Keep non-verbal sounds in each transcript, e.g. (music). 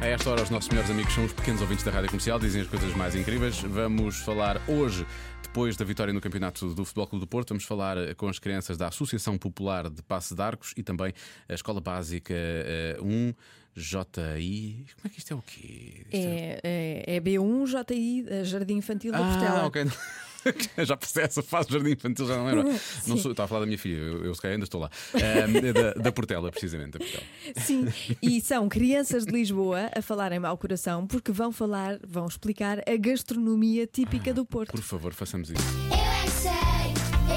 A esta hora, os nossos melhores amigos são os pequenos ouvintes da rádio comercial, dizem as coisas mais incríveis. Vamos falar hoje, depois da vitória no campeonato do Futebol Clube do Porto, vamos falar eh, com as crianças da Associação Popular de Passe de Arcos e também a Escola Básica eh, 1 JI. Como é que isto é o quê? Isto É, é, é B1 JI, eh, Jardim Infantil da Portela. Ah, ok. (laughs) Já percebi essa fase de jardim infantil, já não lembro. Não sou, estava a falar da minha filha, eu, eu se calhar ainda estou lá. Ahm, é da, da Portela, precisamente. Da Portela. (laughs) Sim, e são crianças de Lisboa a falarem mau coração porque vão falar, vão explicar a gastronomia típica do Porto. Por favor, façamos isso. Eu é que sei,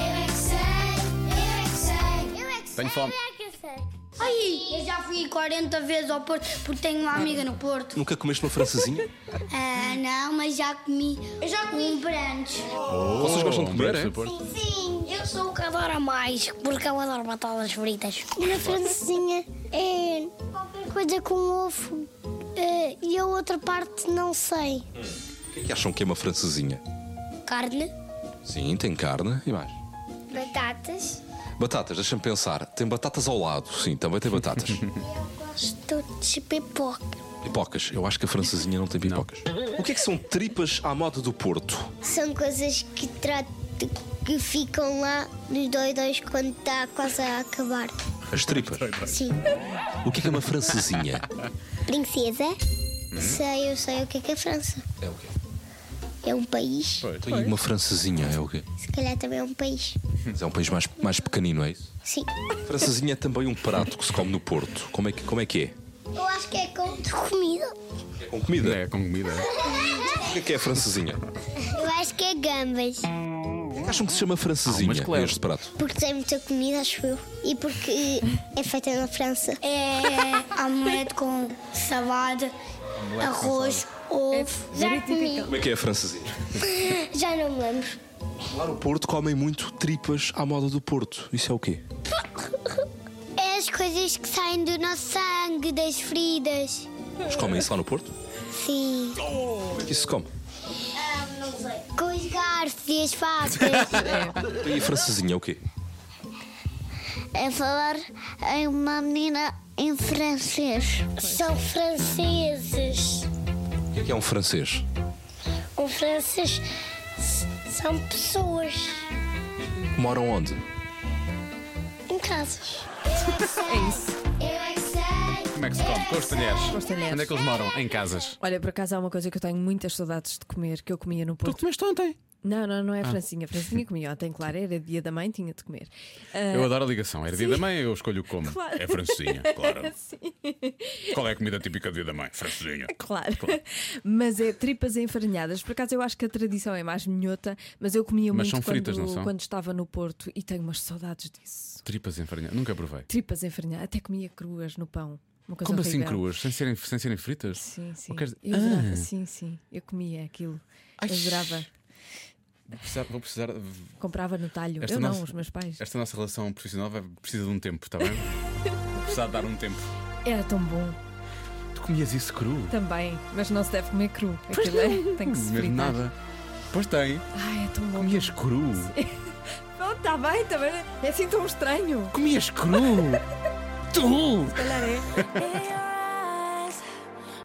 eu é que sei, eu é que sei, eu é que sei. Tenho fome. Eu é que sei. Ai, eu já fui 40 vezes ao Porto porque tenho uma amiga no Porto. Nunca comeste uma francesinha? Ah, não, mas já comi. Eu já comi um brunch. Vocês gostam de Oh, comer, Brandes é? do Porto. Sim, eu sou o que adora mais porque eu adoro batatas fritas. Uma francesinha é qualquer coisa com ovo é, e a outra parte não sei. O que é que acham que é uma francesinha? Carne, Sim, tem carne e mais. batatas. Batatas, deixa-me pensar. Tem batatas ao lado, sim, também tem (laughs) batatas. Gosto de pipoca. pipocas. Eu acho que a francesinha não tem pipocas. O que é que são tripas à moda do Porto? São coisas que tratam, que ficam lá nos doidões quando está quase a acabar. As tripas. Sim. O que é que é uma francesinha? Princesa? Sei, eu sei o que é que é França. É o quê? É um país. Então, e uma francesinha é o quê? Se calhar também é um país. Mas é um país mais, mais pequenino, é isso? Sim. Francesinha é também um prato que se come no Porto. Como é que, como é, que é? Eu acho que é com comida. É Com comida. É, com comida. O que é que é a francesinha? Eu acho que é gambas. O que é que acham que se chama francesinha Algumas, claro. este prato? Porque tem muita comida, acho eu. E porque é feita na França. É omelete com salada, arroz, ovo. Já comi. Como é que é a francesinha? Já não me lembro. Lá no Porto comem muito tripas à moda do Porto. Isso é o quê? É as coisas que saem do nosso sangue, das feridas. Eles comem isso lá no Porto? Sim. Como é que isso se come? não sei. Com os garfos e as (laughs) facas. E a francesinha é o quê? é falar em uma menina em francês. São franceses. O que é que é um francês? Um francês são pessoas Moram onde? em casas. (laughs) É isso. Eu é que sei. Como é que se come? Com os talheres. Com os talheres. Onde é que eles moram? Em casas. Olha, por acaso há uma coisa que eu tenho muitas saudades de comer, que eu comia no Porto. comeste ontem? Não, não, Ah. não é francinha. Francinha comia ontem, claro, era dia da mãe, tinha de comer. Ah, Eu adoro a ligação. Era dia da mãe, eu escolho o como. Claro. É (laughs) francesinha, claro. sim. Qual é a comida típica do dia da mãe? Francesinha. Claro. (laughs) Mas é tripas enfarinhadas. Por acaso eu acho que a tradição é mais minhota, mas eu comia Mas muito são quando, fritas, não são? quando estava no Porto e tenho umas saudades disso. Tripas enfarinhadas. Nunca provei. Tripas enfarinhadas, até comia cruas no pão. Uma coisa Como assim horrível. cruas? Sem serem, sem serem fritas? Sim, sim. Ou queres- Eu Ah. adorava, sim, sim. Eu comia aquilo. Ai. Eu adorava. Vou precisar- vou precisar. Comprava no talho. Esta eu não, nossa- os meus pais. Esta nossa relação profissional vai- precisa de um tempo, está bem? Vou precisar de dar um tempo. Era tão bom Tu comias isso cru? também, mas não se deve comer cru. Aquilo é, tem que se Mesmo fritar. nada. Pois tem. Ai, é tão bom. Comias cru. Pronto, está bem, também. É assim tão estranho. Comias cru. tu! Se calhar é.